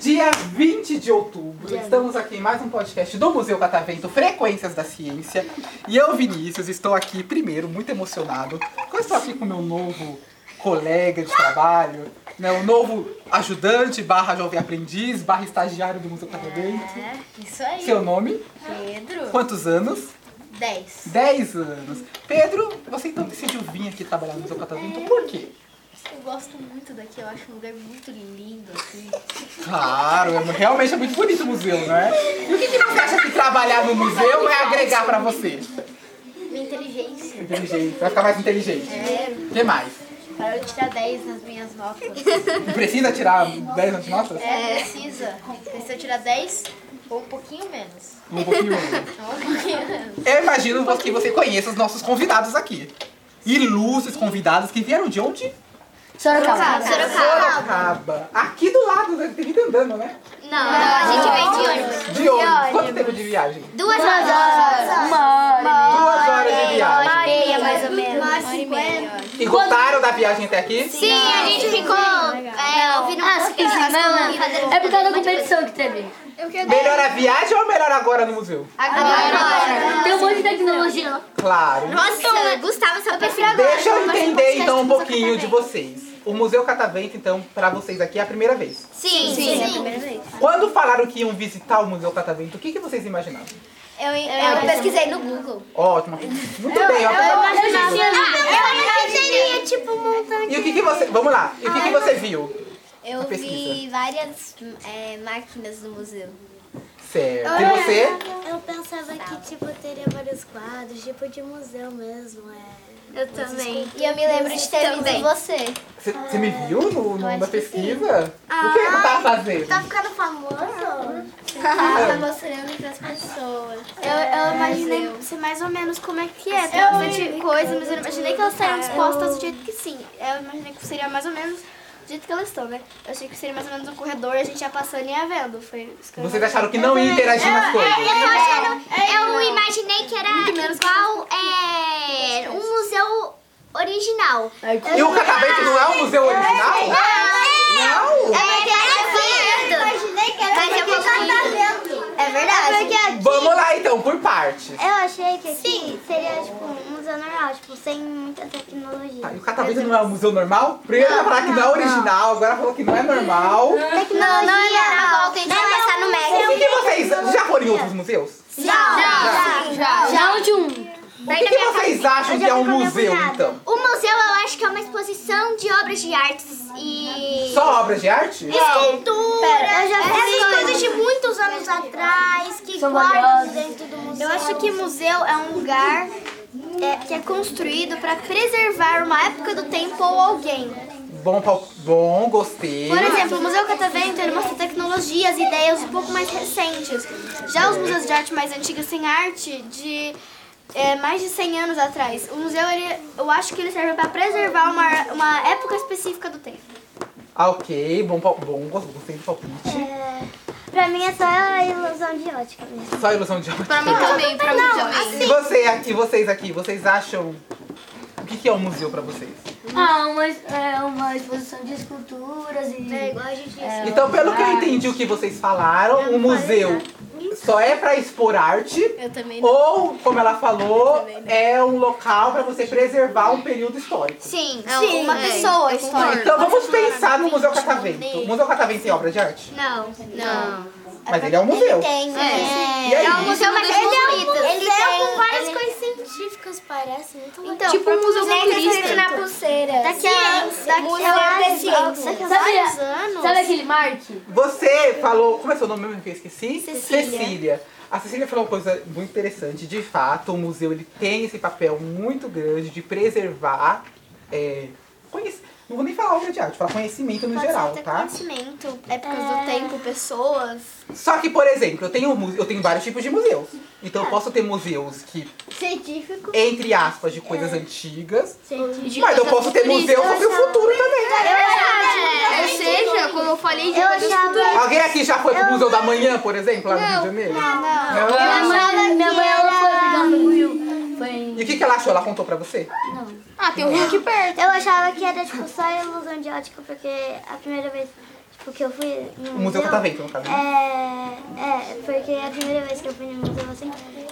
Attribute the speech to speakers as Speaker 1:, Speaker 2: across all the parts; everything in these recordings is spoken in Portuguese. Speaker 1: Dia 20 de outubro,
Speaker 2: Dia
Speaker 1: estamos aqui em mais um podcast do Museu Catavento Frequências da Ciência. E eu, Vinícius, estou aqui primeiro, muito emocionado. Eu estou aqui com meu novo colega de trabalho, né, o novo ajudante, barra jovem aprendiz, barra estagiário do Museu Catavento.
Speaker 2: É, isso aí.
Speaker 1: Seu nome?
Speaker 2: Pedro,
Speaker 1: Quantos anos?
Speaker 2: 10.
Speaker 1: 10 anos. Pedro, você então decidiu vir aqui trabalhar no Museu Catavento, por quê?
Speaker 2: Eu gosto muito daqui, eu acho um lugar muito lindo assim. aqui.
Speaker 1: Claro, é- realmente é muito bonito o museu, não é? E o que, que você acha que trabalhar no museu é agregar pra você?
Speaker 2: Minha inteligência.
Speaker 1: Inteligente, vai ficar mais inteligente.
Speaker 2: É,
Speaker 1: O que mais?
Speaker 2: para eu tirar 10 nas minhas notas.
Speaker 1: E Precisa tirar 10 nas notas?
Speaker 2: É, precisa. Precisa tirar 10 ou um pouquinho menos.
Speaker 1: Um pouquinho.
Speaker 2: Ou um pouquinho menos.
Speaker 1: Eu imagino vo- que você conheça os nossos convidados aqui. Ilustres convidados que vieram de onde?
Speaker 2: Sorocaba.
Speaker 1: Sorocaba. Aqui do lado, né? tem que andando, né?
Speaker 2: Não, a gente vem de ônibus.
Speaker 1: De onde? Quanto tempo de viagem?
Speaker 2: Duas horas.
Speaker 1: Duas horas de
Speaker 2: Tá
Speaker 1: viagem.
Speaker 2: meia, mais ou menos.
Speaker 1: E gostaram da viagem até aqui?
Speaker 2: Sim, a gente ficou é, ouvindo música. Não,
Speaker 3: É por causa da competição que teve.
Speaker 1: Melhor a viagem ou melhor agora no museu?
Speaker 2: Agora.
Speaker 3: Tem um monte de tecnologia lá.
Speaker 1: Claro.
Speaker 2: Nossa, Gustavo, só pensei agora.
Speaker 1: Deixa eu entender então um pouquinho de vocês. O Museu Catavento, então, pra vocês aqui é a primeira vez.
Speaker 2: Sim, sim.
Speaker 1: Quando falaram que iam visitar o Museu Catavento, o que, que vocês imaginavam?
Speaker 2: Eu, eu pesquisei no Google.
Speaker 1: Ótimo. Muito bem, ó. tá
Speaker 3: Ah, né?
Speaker 2: Eu seria tipo um montão
Speaker 1: E o que, que você. Vamos lá. E o que, que você viu?
Speaker 2: Eu
Speaker 1: Uma pesquisa.
Speaker 2: vi várias é, máquinas do museu.
Speaker 1: Certo. E você?
Speaker 4: Eu pensava que, tipo, teria vários quadros, tipo de museu mesmo, é...
Speaker 2: Eu também. E eu me lembro de ter visto você.
Speaker 1: Você- Você me viu no, no- na pesquisa? O que eu
Speaker 2: Ah,
Speaker 1: tava
Speaker 2: tá
Speaker 1: fazendo?
Speaker 5: é
Speaker 4: ficando famoso?
Speaker 2: Tava mostrando pras pessoas.
Speaker 4: Ah.
Speaker 2: É.
Speaker 4: Eu, eu imaginei ser mais ou menos como é que é. Tem
Speaker 2: Eu- É.
Speaker 4: bastante coisa, mas eu não imaginei que elas saíram dispostas do jeito que sim. Eu imaginei que seria mais ou menos do jeito que elas estão, né? Eu achei que seria mais ou menos um corredor e a gente ia passando e ia vendo. Foi isso que eu
Speaker 1: Vocês acharam que não ia interagir nas coisas?
Speaker 5: Eu, tô achando- eu imaginei que era igual é, um museu original.
Speaker 1: E o Catavento não é um museu original? Não!
Speaker 5: É,
Speaker 4: imaginei que era
Speaker 5: Mas eu vou
Speaker 2: É verdade.
Speaker 1: Vamos lá então, por partes.
Speaker 4: Eu achei que aqui seria, tipo, um museu normal, tipo, sem muita tecnologia.
Speaker 1: Tá, e o Catavento não é um museu normal? Primeiro ela falou que não é original, agora falou que não é normal.
Speaker 4: Tecnologia!
Speaker 5: Não, é não, não, volta, a gente vai passar no Mac.
Speaker 1: O que, que vocês já foram em outros museus?
Speaker 3: Já onde um.
Speaker 1: O que, que vocês acham que é um museu então?
Speaker 5: O museu eu acho que é uma exposição de obras de artes e
Speaker 1: Só obras de arte?
Speaker 5: escultura.
Speaker 4: É. eu já vi
Speaker 5: Essas
Speaker 4: isso.
Speaker 5: coisas de muitos anos atrás que
Speaker 3: São
Speaker 5: guardam
Speaker 3: valiosas.
Speaker 5: dentro do museu.
Speaker 4: Eu acho que museu é um lugar é, que é construído para preservar uma época do tempo ou alguém.
Speaker 1: Bom, pau- bom, gostei.
Speaker 4: Por exemplo, o Museu Catavento ele mostra tecnologias e ideias um pouco mais recentes. Já os museus de arte mais antigas têm arte de é, mais de 100 anos atrás. O museu, ele, eu acho que ele serve para preservar uma, uma época específica do tempo.
Speaker 1: Ah, ok, bom, pau- bom, gost- gostei do palpite.
Speaker 4: Para mim é só a ilusão de ótica mesmo.
Speaker 1: Só ilusão de ótica.
Speaker 2: também, pra mim também.
Speaker 1: E você aqui, vocês aqui, vocês acham. O que, que é um museu pra vocês?
Speaker 3: Ah, uma, é, uma exposição de esculturas e.
Speaker 4: a gente disse.
Speaker 1: Então, pelo que eu entendi o que vocês falaram, o museu só é pra expor arte.
Speaker 2: Eu também não.
Speaker 1: Ou, como ela falou, é um local pra você preservar um período histórico.
Speaker 5: Sim,
Speaker 4: Sim, É
Speaker 2: é.
Speaker 4: uma pessoa histórica.
Speaker 1: Então vamos pensar no Museu Catavento. O Museu Catavento tem obra de arte?
Speaker 5: Não, não.
Speaker 1: Mas ele é um museu.
Speaker 5: Tem,
Speaker 4: né?
Speaker 1: E aí?
Speaker 5: É um museu mais ele é um museu
Speaker 4: com várias coisas científicas, parece. Muito assim. então,
Speaker 3: Tipo um museu futurista.
Speaker 4: na pulseira. Daqui a, daqui
Speaker 5: museu
Speaker 4: a,
Speaker 5: da ciência.
Speaker 4: daqui a
Speaker 3: Sabe,
Speaker 4: vários anos.
Speaker 3: sabe aquele Mark?
Speaker 1: Você falou. Como é seu nome mesmo que eu esqueci?
Speaker 4: Cecília.
Speaker 1: A Cecília falou uma coisa muito interessante. De fato, o museu ele tem esse papel muito grande de preservar. É, conhec- Não vou nem falar obra de arte, vou falar conhecimento no geral,
Speaker 4: até
Speaker 1: tá?
Speaker 4: conhecimento, épocas
Speaker 2: É.
Speaker 4: do tempo, pessoas. Tá.
Speaker 1: Só que, por exemplo, eu tenho, mu- eu tenho vários tipos de museus. Então eu posso ter museus que
Speaker 4: Científico.
Speaker 1: entre aspas, de
Speaker 4: É.
Speaker 1: coisas antigas.
Speaker 4: Científico.
Speaker 1: Mas eu posso ter museu sobre o futuro
Speaker 4: É
Speaker 1: também.
Speaker 3: É,
Speaker 2: Ou seja, como eu falei, de coisas futuras.
Speaker 1: Alguém aqui já foi pro Museu da Manhã, por exemplo, lá no Rio de Janeiro? Não.
Speaker 3: mãe, minha mãe ela foi no Rio. Foi em
Speaker 1: E o que, que ela achou? Ela contou pra você?
Speaker 2: Ah, tem um rio aqui perto.
Speaker 4: É. Eu achava que era tipo só ilusão de ótica, porque a primeira vez tipo, que eu fui no
Speaker 1: O Um Museu Catavento, no caso. né?
Speaker 4: É, é, porque a primeira vez que eu fui no museu assim,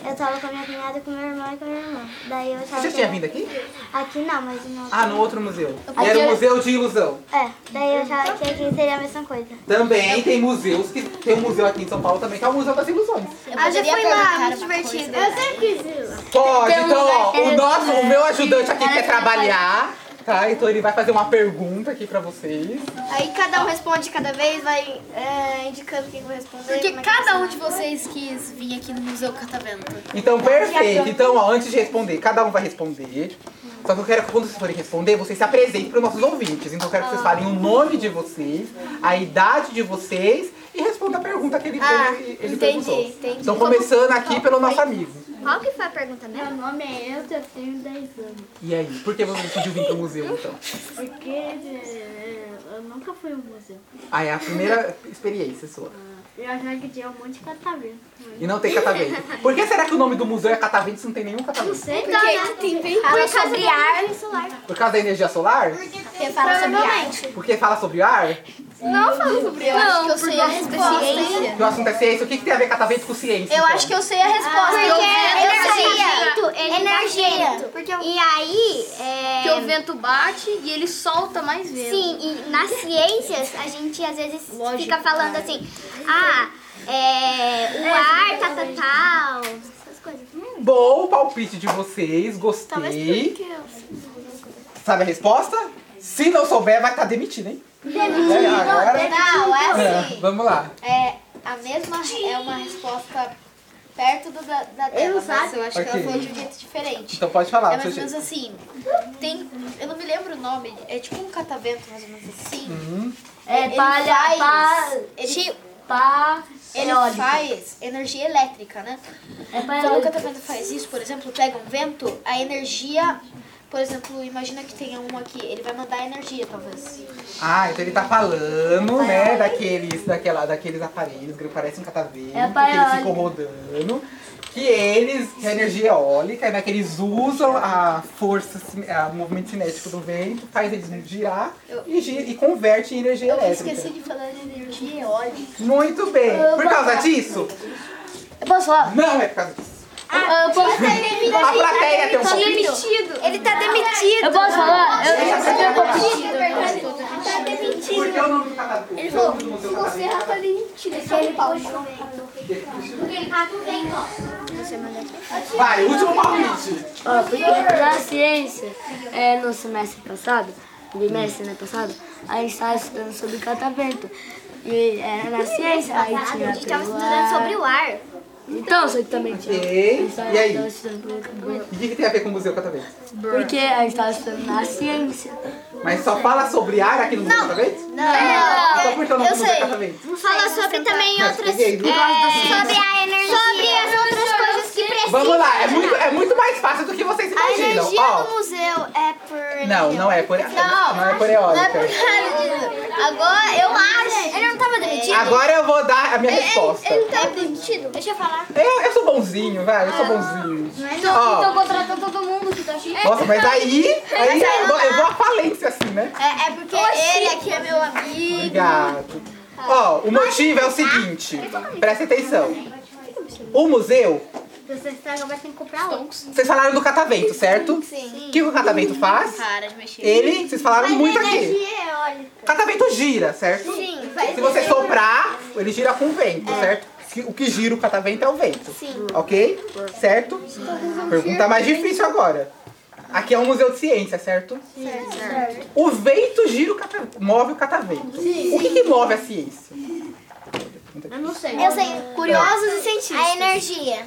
Speaker 4: eu tava com a minha cunhada, com meu irmão e com a minha irmã. Daí eu achava
Speaker 1: Você já
Speaker 4: que
Speaker 1: tinha
Speaker 4: era-
Speaker 1: vindo aqui?
Speaker 4: Aqui não, mas não.
Speaker 1: Ah, no outro museu. E era o Museu de Ilusão.
Speaker 4: É, daí eu achava que aqui seria a mesma coisa.
Speaker 1: Também tem museus que. Tem um museu aqui em São Paulo também, que é o Museu das Ilusões.
Speaker 2: Ah, já fui lá, muito divertido. um
Speaker 1: Pode, então, ó,
Speaker 2: é
Speaker 1: o nosso,
Speaker 2: assim,
Speaker 1: o meu ajudante aqui quer trabalhar. Tá, então ele vai fazer uma pergunta aqui pra vocês.
Speaker 2: Aí cada um responde cada vez, vai é, indicando quem que vai responder.
Speaker 6: Porque
Speaker 2: como é que
Speaker 6: cada
Speaker 2: vai
Speaker 6: um de vocês quis vir aqui no Museu Catavento.
Speaker 1: Então,
Speaker 2: é assim,
Speaker 1: perfeito. Então, ó, antes de responder, cada um vai responder. Só que eu quero que quando vocês forem responder, vocês se apresentem para os nossos ouvintes. Então, eu quero que vocês
Speaker 2: Ah.
Speaker 1: falem o nome de vocês, a idade de vocês e respondam a pergunta que ele,
Speaker 2: Ah,
Speaker 1: ele, ele
Speaker 2: entendi,
Speaker 1: perguntou.
Speaker 2: entendi.
Speaker 1: Então, começando aqui pelo nosso amigo.
Speaker 4: Qual que foi a pergunta mesmo?
Speaker 3: Meu nome é Elza, eu tenho 10 anos.
Speaker 1: E aí, por que você decidiu vir pro museu, então?
Speaker 3: Porque eh, eu nunca fui ao museu.
Speaker 1: Ah, é a primeira experiência sua.
Speaker 3: Eu achava que tinha um monte de catavento. mas-
Speaker 1: E não tem catavento. Por que será que o nome do museu é catavento se não tem nenhum catavento?
Speaker 3: Sei
Speaker 2: Então, né? Fala sobre ar.
Speaker 1: Por causa da energia solar?
Speaker 2: Porque fala sobre ar.
Speaker 1: Porque fala sobre ar?
Speaker 2: Não fala sobre ar. Eu acho que eu sei a resposta.
Speaker 1: Que o assunto é ciência. O que, que tem a ver catavento com ciência?
Speaker 2: Eu
Speaker 1: então?
Speaker 2: acho que eu
Speaker 4: Ah,
Speaker 2: sei a resposta. Eu
Speaker 4: é assim,
Speaker 2: vi
Speaker 4: Energia. Energia. E aí, é,
Speaker 6: Porque o vento bate e ele solta mais vento.
Speaker 4: Sim, e nas ciências a gente às vezes fica falando assim, ah, é, o ar, tal, tal, tal. Essas coisas.
Speaker 1: Um Bom palpite de vocês, gostei. Sabe a resposta? Se não souber, vai estar demitido, hein? Demitido. É, agora...
Speaker 2: Não, é
Speaker 1: É,
Speaker 2: assim.
Speaker 1: vamos lá.
Speaker 2: É a mesma, é uma resposta perto do, da, da dela, mas eu acho que
Speaker 1: Ok.
Speaker 2: ela falou de um jeito diferente.
Speaker 1: Então pode falar.
Speaker 6: É
Speaker 1: do
Speaker 6: mais
Speaker 1: seu
Speaker 6: ou menos
Speaker 1: jeito.
Speaker 6: assim. Tem. Eu não me lembro o nome. É tipo um catavento, mais ou menos assim.
Speaker 1: Uhum.
Speaker 3: É
Speaker 2: Ele
Speaker 3: palha, tipo,
Speaker 2: faz-
Speaker 3: pá,
Speaker 6: Ele,
Speaker 3: pá,
Speaker 6: ele faz energia elétrica, né?
Speaker 3: É
Speaker 6: Quando o
Speaker 3: palha.
Speaker 6: catavento faz isso, por exemplo, pega um vento, a energia. Por exemplo, imagina que tenha um aqui, ele vai mandar energia, talvez.
Speaker 1: Ah, então ele tá falando, né, daqueles, daquela, daqueles aparelhos que parecem um catavento,
Speaker 3: É
Speaker 1: que eles
Speaker 3: eólica.
Speaker 1: ficam rodando. Que eles, que a energia eólica, né, que eles usam a força, cin- a- o movimento cinético do vento, faz eles girar e, gira, e converte em energia
Speaker 6: Eu
Speaker 1: elétrica.
Speaker 6: esqueci de falar de energia eólica.
Speaker 1: Muito bem. Por causa disso?
Speaker 3: Eu posso falar?
Speaker 1: Não é por causa disso.
Speaker 3: Ah,
Speaker 6: Ah,
Speaker 3: Eu posso,
Speaker 1: A plateia tem um palpite.
Speaker 2: Ele tá demitido.
Speaker 3: eu posso falar? Eu, eu tenho uma
Speaker 1: Por que é o nome do catavento? Ele falou, você é rata
Speaker 2: é
Speaker 1: tá de Vai, último palpite.
Speaker 3: Ó, porque na ciência, é, no semestre passado, bimestre né, passado, a gente estava estudando sobre catavento. E é, na ciência, aí tinha.
Speaker 4: E tava
Speaker 3: pelo
Speaker 4: estudando
Speaker 3: ar.
Speaker 4: sobre o ar.
Speaker 3: Então, só que também tinha.
Speaker 1: Ok,
Speaker 3: A gente tava-
Speaker 1: e aí?
Speaker 3: tava estudando pelo catavento.
Speaker 1: E o que, que tem a ver com o Museu Catavento?
Speaker 3: Porque a gente estava estudando na ciência.
Speaker 1: Mas só fala sobre ar aqui no Museu Catavento?
Speaker 2: Não, não.
Speaker 1: Então por que o nome do Museu Catavento?
Speaker 4: Fala sobre também
Speaker 1: Mas
Speaker 4: outras.
Speaker 1: peguei,
Speaker 2: é
Speaker 1: não gosto da ciência.
Speaker 4: sobre a energia. Sobre as outras coisas que precisam.
Speaker 1: Vamos lá, é muito, é muito mais fácil do que vocês
Speaker 2: A
Speaker 1: imaginam.
Speaker 2: energia
Speaker 1: Ó,
Speaker 2: no museu é por.
Speaker 1: não, não é por, não é por
Speaker 2: Não é por
Speaker 1: eólica.
Speaker 2: causa disso. Agora eu acho. Ele não tava demitido?
Speaker 1: Agora eu vou dar a minha resposta.
Speaker 2: Ele Ah, não tava demitido? Deixa eu falar.
Speaker 1: Eu, eu sou bonzinho, vai, eu sou bonzinho. Ó,
Speaker 3: contratando todo mundo que tá aqui.
Speaker 1: Nossa, mas aí, aí é, eu, vou, eu vou à falência assim, né?
Speaker 2: É, é porque ele aqui é meu amigo.
Speaker 1: Obrigado. Ó, o motivo é o seguinte, presta atenção. O museu,
Speaker 4: Você vai ter que comprar outro.
Speaker 1: vocês falaram do catavento, certo? Sim. O que o catavento faz?
Speaker 6: Para de mexer.
Speaker 1: Ele, vocês falaram muito aqui.
Speaker 4: Energia eólica.
Speaker 1: Catavento gira, certo?
Speaker 4: Sim, vai
Speaker 1: Se você soprar, ele gira com o vento, certo? Que- O que gira o catavento é o vento.
Speaker 4: Sim.
Speaker 1: Ok? Certo? Pergunta mais difícil agora. Aqui é um museu de ciência, certo? Certo. O vento gira o catavento, move o catavento. O que, que move a ciência?
Speaker 4: Eu sei. Curiosos e cientistas. A energia.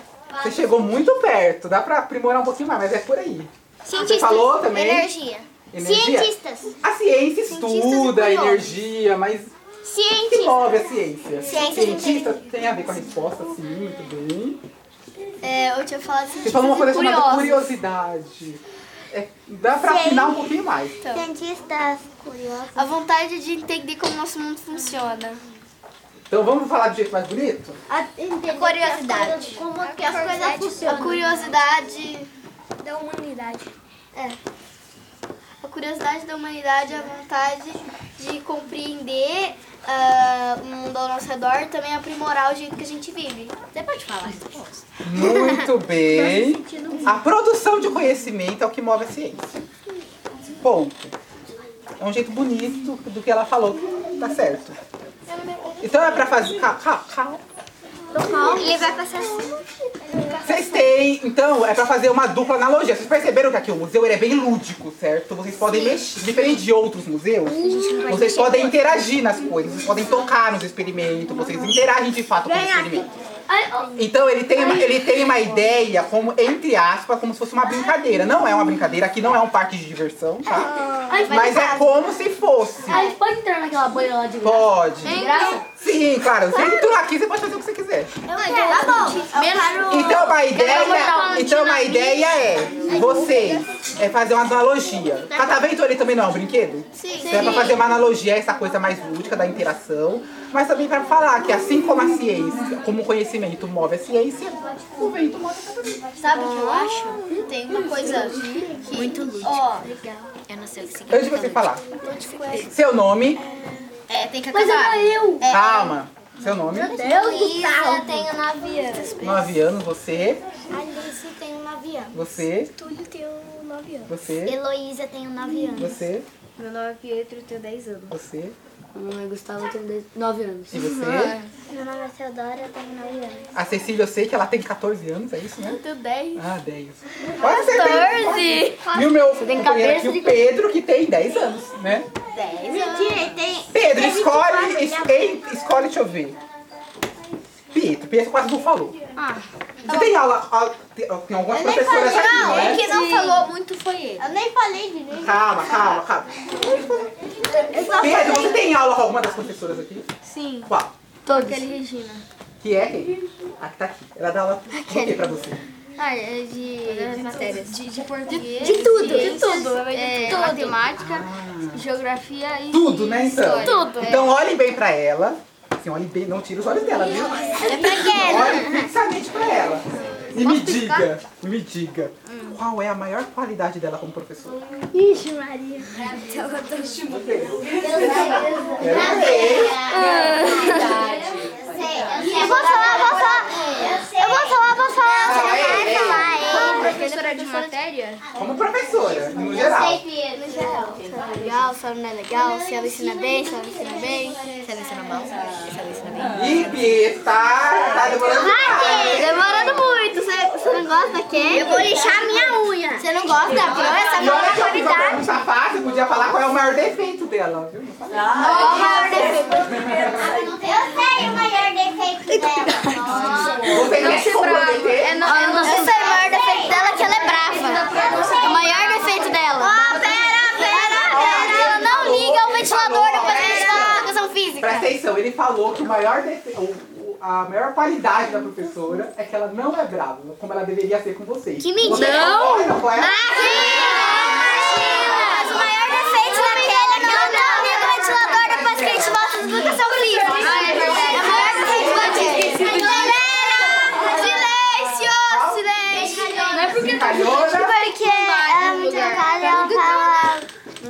Speaker 1: Você chegou muito perto, dá pra aprimorar um pouquinho mais, mas é por aí.
Speaker 4: Cientistas.
Speaker 1: falou também?
Speaker 4: Energia.
Speaker 1: Energia?
Speaker 4: Cientistas.
Speaker 1: A ciência estuda a
Speaker 4: e curiosos.
Speaker 1: energia, mas o que
Speaker 4: Cientistas.
Speaker 1: move a ciência?
Speaker 4: Ciência
Speaker 1: Cientista tem a ver com a resposta, sim, muito bem.
Speaker 2: É, eu tinha falado assim,
Speaker 1: Você falou uma coisa chamada
Speaker 2: curiosos.
Speaker 1: curiosidade. É, dá pra
Speaker 4: Sei.
Speaker 1: afinar um pouquinho mais.
Speaker 4: Cientistas curiosos.
Speaker 2: A vontade de entender como nosso mundo funciona.
Speaker 1: Então vamos falar de jeito mais bonito?
Speaker 4: Curiosidade. Como que as coisas
Speaker 2: A
Speaker 4: funcionam.
Speaker 2: curiosidade.
Speaker 4: Da humanidade.
Speaker 2: A curiosidade da humanidade, a vontade de compreender ah, o mundo ao nosso redor, também aprimorar o jeito que a gente vive.
Speaker 6: Você pode falar.
Speaker 1: Muito
Speaker 4: Tá
Speaker 1: bem. A produção de conhecimento é o que move a ciência. Ponto. É um jeito bonito do que ela falou. Tá certo. Então é pra fazer. ca- ca- ca-
Speaker 4: Ele vai passar assim.
Speaker 1: Vocês têm, então, é pra fazer uma dupla analogia. Vocês perceberam que aqui o museu ele é bem lúdico, certo? Vocês podem mexer, diferente de outros museus, vocês podem interagir nas coisas, vocês podem tocar nos experimentos, vocês interagem de fato com o experimento. Então ele tem, uma, ele tem uma ideia como, entre aspas, como se fosse uma brincadeira. Não é uma brincadeira, aqui não é um parque de diversão, tá? Mas é como se fosse.
Speaker 3: A gente pode entrar naquela bolha lá de graça?
Speaker 1: Pode.
Speaker 3: De graça?
Speaker 1: Sim, claro. Você entrou aqui, você pode fazer o que você quiser.
Speaker 4: Tá bom.
Speaker 1: Então a ideia, então a ideia é você é fazer uma analogia. Catavento ele também não é um brinquedo? Sim. Então é pra fazer uma analogia a essa coisa mais lúdica da interação, mas também pra falar que assim como a ciência, como o conhecimento move a ciência, o vento move a catavento.
Speaker 6: Sabe o que eu acho? Tem uma coisa que... Muito lúdico. Ó, eu não sei o que
Speaker 1: Antes de
Speaker 6: significa.
Speaker 1: você falar, seu nome,
Speaker 6: É, tem que acabar.
Speaker 3: Mas era eu!
Speaker 2: É.
Speaker 1: calma, seu nome,
Speaker 3: Deus do céu!
Speaker 4: Isa tem um avião.
Speaker 1: 9 anos, você,
Speaker 4: Alice tem um avião.
Speaker 1: você,
Speaker 4: Túlio tem um nove anos.
Speaker 1: você,
Speaker 4: Heloísa tem um nove anos.
Speaker 1: você,
Speaker 6: Meu nome é Pietro, eu tenho 10 anos.
Speaker 1: você
Speaker 3: Meu nome é Gustavo, eu tenho 9 anos.
Speaker 1: e você.
Speaker 4: Meu nome é Teodora, eu tenho nove anos.
Speaker 1: A Cecília, eu sei que ela tem 14 anos, é isso, né?
Speaker 2: Meu Deus.
Speaker 1: Ah, 10. Olha, você tem- E o meu
Speaker 3: tem
Speaker 1: companheiro
Speaker 3: cabeça
Speaker 1: aqui,
Speaker 3: de-
Speaker 1: o Pedro, que tem 10 anos, né?
Speaker 4: Mentira, ele tem...
Speaker 1: Pedro,
Speaker 4: tem 24,
Speaker 1: escolhe,
Speaker 4: ele é-
Speaker 1: escolhe, escolhe, deixa eu ver. Pedro, Pedro quase não falou. Você tem aula, aula- tem tem algumas professoras aqui, não é?
Speaker 6: Quem não falou muito foi ele.
Speaker 4: Eu nem falei direito.
Speaker 1: Calma, calma, calma. Pedro, você tem aula com alguma das professoras aqui? Sim. Qual?
Speaker 3: Todos.
Speaker 1: Que é quem? A que tá aqui. Ela dá aula do quê pra você?
Speaker 6: Ah, é de, de matérias. De, português.
Speaker 4: de tudo, de tudo.
Speaker 6: É, matemática, geografia e...
Speaker 1: Ah. Tudo, né, então?
Speaker 6: Tudo.
Speaker 1: Então olhe bem pra ela. Assim, olhe bem, não tira os olhos dela, viu? Olhe fixamente pra ela. E me diga, me diga, qual é a maior qualidade dela como professora?
Speaker 4: Ixi, Maria.
Speaker 1: Ela tem.
Speaker 4: Eu vou falar, vou falar. Eu vou falar, vou falar.
Speaker 1: Ah, é, é.
Speaker 6: Professora de matéria?
Speaker 1: Como professora, no geral.
Speaker 4: No geral.
Speaker 2: Legal, se ela não é legal, se ela ensina bem, se ela não ensina bem.
Speaker 6: Você vai ensinar mal? Você vai ensinar bem?
Speaker 1: E Pietro, tá, tá demorando demais.
Speaker 2: Demorando muito, você, você não gosta quem?
Speaker 4: Eu vou lixar minha unha.
Speaker 2: Você não gosta da Pro? Essa
Speaker 1: E olha que eu fiz uma pergunta fácil, podia falar qual é o maior defeito dela, viu?
Speaker 4: Eu sei o maior defeito dela.
Speaker 1: Você quer se
Speaker 2: É
Speaker 3: É,
Speaker 1: comprometer?
Speaker 2: Eu sei o maior defeito dela é que ela é brava. O maior defeito dela. Ó, pera, pera, pera. Ela não liga ao ventilador depois que a gente fala de educação física.
Speaker 1: é, então, Presta atenção, ele falou que o maior defe- o- o- a maior qualidade da professora é que ela não é brava, como ela deveria ser com vocês. Que mentira! Não! com
Speaker 2: né?
Speaker 1: ela?
Speaker 2: Mas o maior defeito daquela é que ela não liga ao ventilador depois que a gente volta de educação física. é verdade. O maior defeito da Disney. Galera, silêncio, silêncio. tá
Speaker 1: Calhona,
Speaker 2: né?
Speaker 4: Porque É, ela me trabalha, ela fala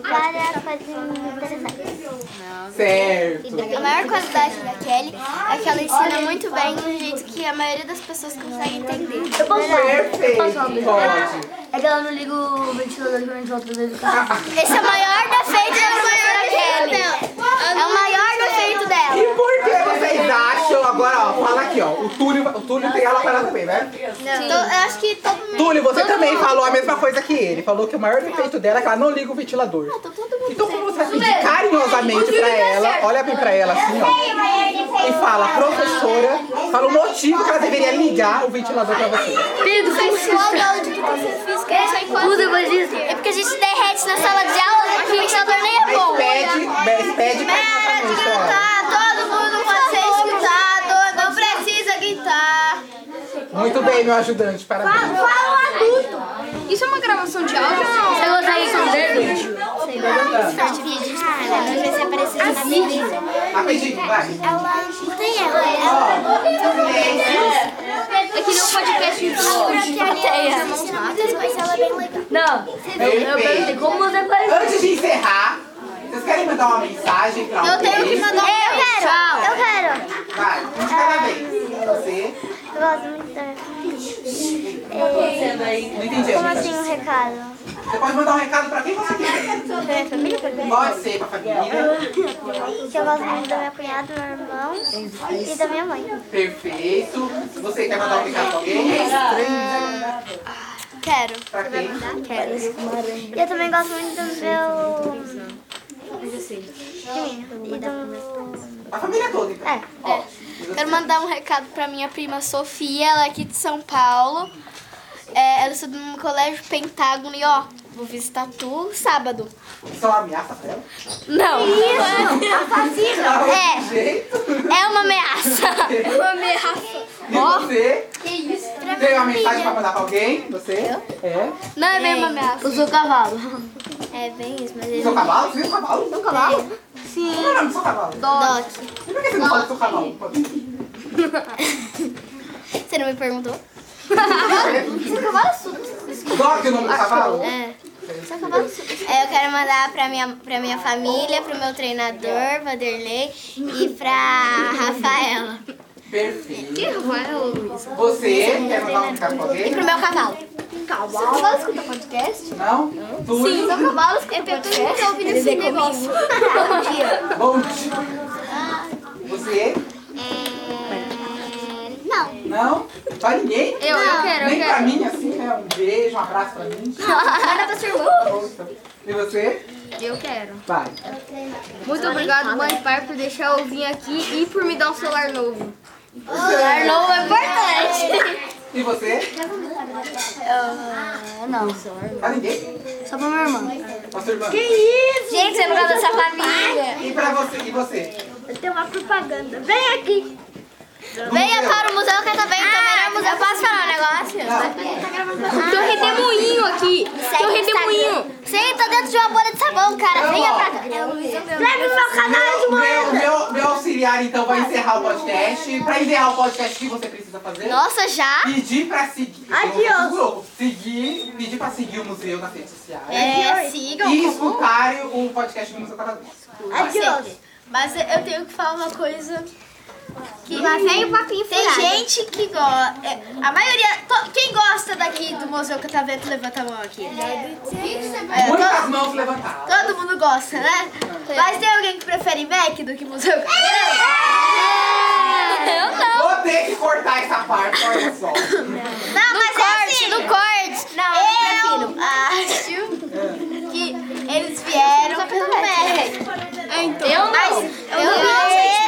Speaker 4: várias coisas interessantes.
Speaker 1: certo.
Speaker 2: A maior qualidade da Kelly é que ela ensina muito bem de um jeito que a maioria das pessoas consegue entender.
Speaker 1: Perfeito, pode.
Speaker 3: É que ela não liga o ventilador quando a gente volta da educação.
Speaker 2: Esse é o maior defeito da professora Kelly. É o maior defeito dela.
Speaker 1: E por que vocês acham, agora ó, fala aqui ó, o Túlio, o Túlio tem aula com ela também, né?
Speaker 2: Então, eu acho que todo mundo.
Speaker 1: Túlio, você também falou a mesma coisa que ele, falou que o maior defeito dela é que ela não liga o ventilador. Então como você vai pedir carinhosamente pra ela, olha bem pra ela assim ó. e fala, professora, fala o motivo que ela deveria ligar o ventilador pra você.
Speaker 3: Pedro, é Tudo depois disso.
Speaker 2: É porque a gente derrete na sala de aula que o ventilador nem é
Speaker 1: Mas
Speaker 2: bom.
Speaker 1: pede, mas pede carinhosamente, ó.
Speaker 2: Ah, Tá, todo mundo pode ser escutado. Não precisa gritar.
Speaker 1: Muito Muito bem, meu ajudante, parabéns.
Speaker 2: Isso é uma gravação de áudio? Não.
Speaker 3: Você gostava do dedo?
Speaker 4: Cara, mas vai ser aparecendo na minha
Speaker 1: Rapidinho, vai.
Speaker 4: Ela não tem ela. Ela
Speaker 2: É que nem um podcast de áudio.
Speaker 4: ensina muitas coisas, ela é bem legal.
Speaker 3: Não, eu perguntei como você faz
Speaker 1: Antes de encerrar, vocês querem mandar uma mensagem pra alguém?
Speaker 4: mandar Eu quero. Eu quero.
Speaker 1: Vai, um de cada vez. Você.
Speaker 4: Eu gosto muito da
Speaker 1: Não entendi,
Speaker 4: Como
Speaker 1: gente.
Speaker 4: assim um recado?
Speaker 1: Você pode mandar um recado pra quem você quiser.
Speaker 4: Pra minha família, pra mim?
Speaker 1: Pode ser pra família.
Speaker 4: Que eu gosto muito da minha cunhada, do meu irmão e da minha mãe.
Speaker 1: Perfeito. Você quer mandar um recado pra alguém?
Speaker 4: Quero.
Speaker 1: Pra quem?
Speaker 4: E eu também gosto muito do meu... De mim. E do...
Speaker 1: A família toda, então.
Speaker 4: É.
Speaker 1: Ó,
Speaker 2: Quero mandar um recado pra minha prima Sofia, ela é aqui de São Paulo. É, ela estuda no colégio Pentágono e ó, vou visitar tu sábado.
Speaker 1: Isso é uma ameaça pra ela?
Speaker 2: Não,
Speaker 1: Não, é. jeito.
Speaker 2: é uma ameaça.
Speaker 1: E você? Que isso? Tem uma mensagem pra mandar pra alguém? Você? É.
Speaker 2: Não é mesmo uma ameaça.
Speaker 3: o seu cavalo.
Speaker 4: É bem isso, mas
Speaker 1: Seu cavalo? Você viu o cavalo? Seu cavalo? Sim. Como é o nome do seu cavalo?
Speaker 4: Doc.
Speaker 1: E por que você não fala do seu cavalo?
Speaker 2: Você não me perguntou?
Speaker 1: Doc o nome do cavalo?
Speaker 4: É, eu quero mandar pra minha, pra minha família, pro meu treinador, Vanderlei, e pra Rafaela.
Speaker 1: Perfeito.
Speaker 2: É,
Speaker 1: Que Luísa? Você quer mandar um recado pra alguém?
Speaker 4: Pro meu cavalo.
Speaker 1: Não? Tudo?
Speaker 3: então
Speaker 4: Cavalo é perfeito.
Speaker 2: é
Speaker 1: Bom dia. Você?
Speaker 4: É... Não.
Speaker 1: Não? Pra ninguém?
Speaker 2: Eu, eu quero, eu
Speaker 1: Nem pra
Speaker 2: quero.
Speaker 1: mim, assim, né? Um beijo, um abraço pra mim.
Speaker 4: Manda pra sua irmã.
Speaker 1: Ouça. E você?
Speaker 2: Eu quero.
Speaker 1: Vai.
Speaker 2: Muito obrigado, mãe e pai, por deixar eu vir aqui e por me dar um celular novo.
Speaker 1: Você?
Speaker 2: Novo é importante.
Speaker 1: E você?
Speaker 3: Não,
Speaker 1: Pra ninguém?
Speaker 3: só pra minha irmã.
Speaker 1: Pra sua irmã.
Speaker 2: Gente, você é por causa dessa família.
Speaker 1: E pra você? E você?
Speaker 4: Tem uma propaganda. Vem aqui.
Speaker 2: Venha
Speaker 4: um
Speaker 2: para o Museu Catavento, ah, o melhor museu. Posso falar um negócio? Tem um redemoinho aqui. Tem um redemoinho.
Speaker 4: Você tá dentro de uma bolha de sabão,
Speaker 2: Tá,
Speaker 4: cara. Venha pra cá. Leve meu canal
Speaker 1: assim, Meu, meu, meu, meu auxiliar, então, vai encerrar o podcast. Pra encerrar o podcast, o que você precisa fazer?
Speaker 2: Nossa, já?
Speaker 1: Pedir pra seguir.
Speaker 4: Adiós.
Speaker 1: Globo. Seguir, pedir pra seguir o museu nas redes sociais.
Speaker 6: É, sigam.
Speaker 1: E escutarem o podcast do Museu tá Catavento.
Speaker 4: Adiós.
Speaker 6: Mas eu tenho que falar uma coisa. Que
Speaker 4: Lá vem o papinho
Speaker 6: tem
Speaker 4: um furado.
Speaker 6: gente que gosta. A maioria. to- Quem gosta daqui do Museu Catavento, levanta a mão aqui. É,
Speaker 1: Muitas mãos levantadas.
Speaker 6: Todo mundo gosta, né? Mas tem alguém que prefere Mac do que museu? É.
Speaker 2: Eu não.
Speaker 1: Vou ter que cortar essa parte, olha
Speaker 6: Não,
Speaker 1: só.
Speaker 6: mas é assim.
Speaker 2: No corte.
Speaker 6: Não, eu acho que eles vieram pro Mac. É, então.
Speaker 2: Eu não.
Speaker 6: Eu não gosto de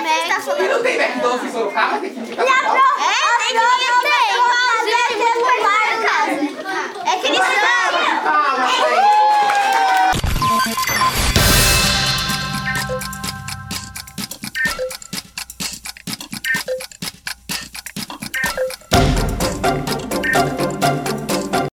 Speaker 6: Mac.
Speaker 1: E não É? tem McDonald's em Sorocaba? Tem que um indicar São Paulo? É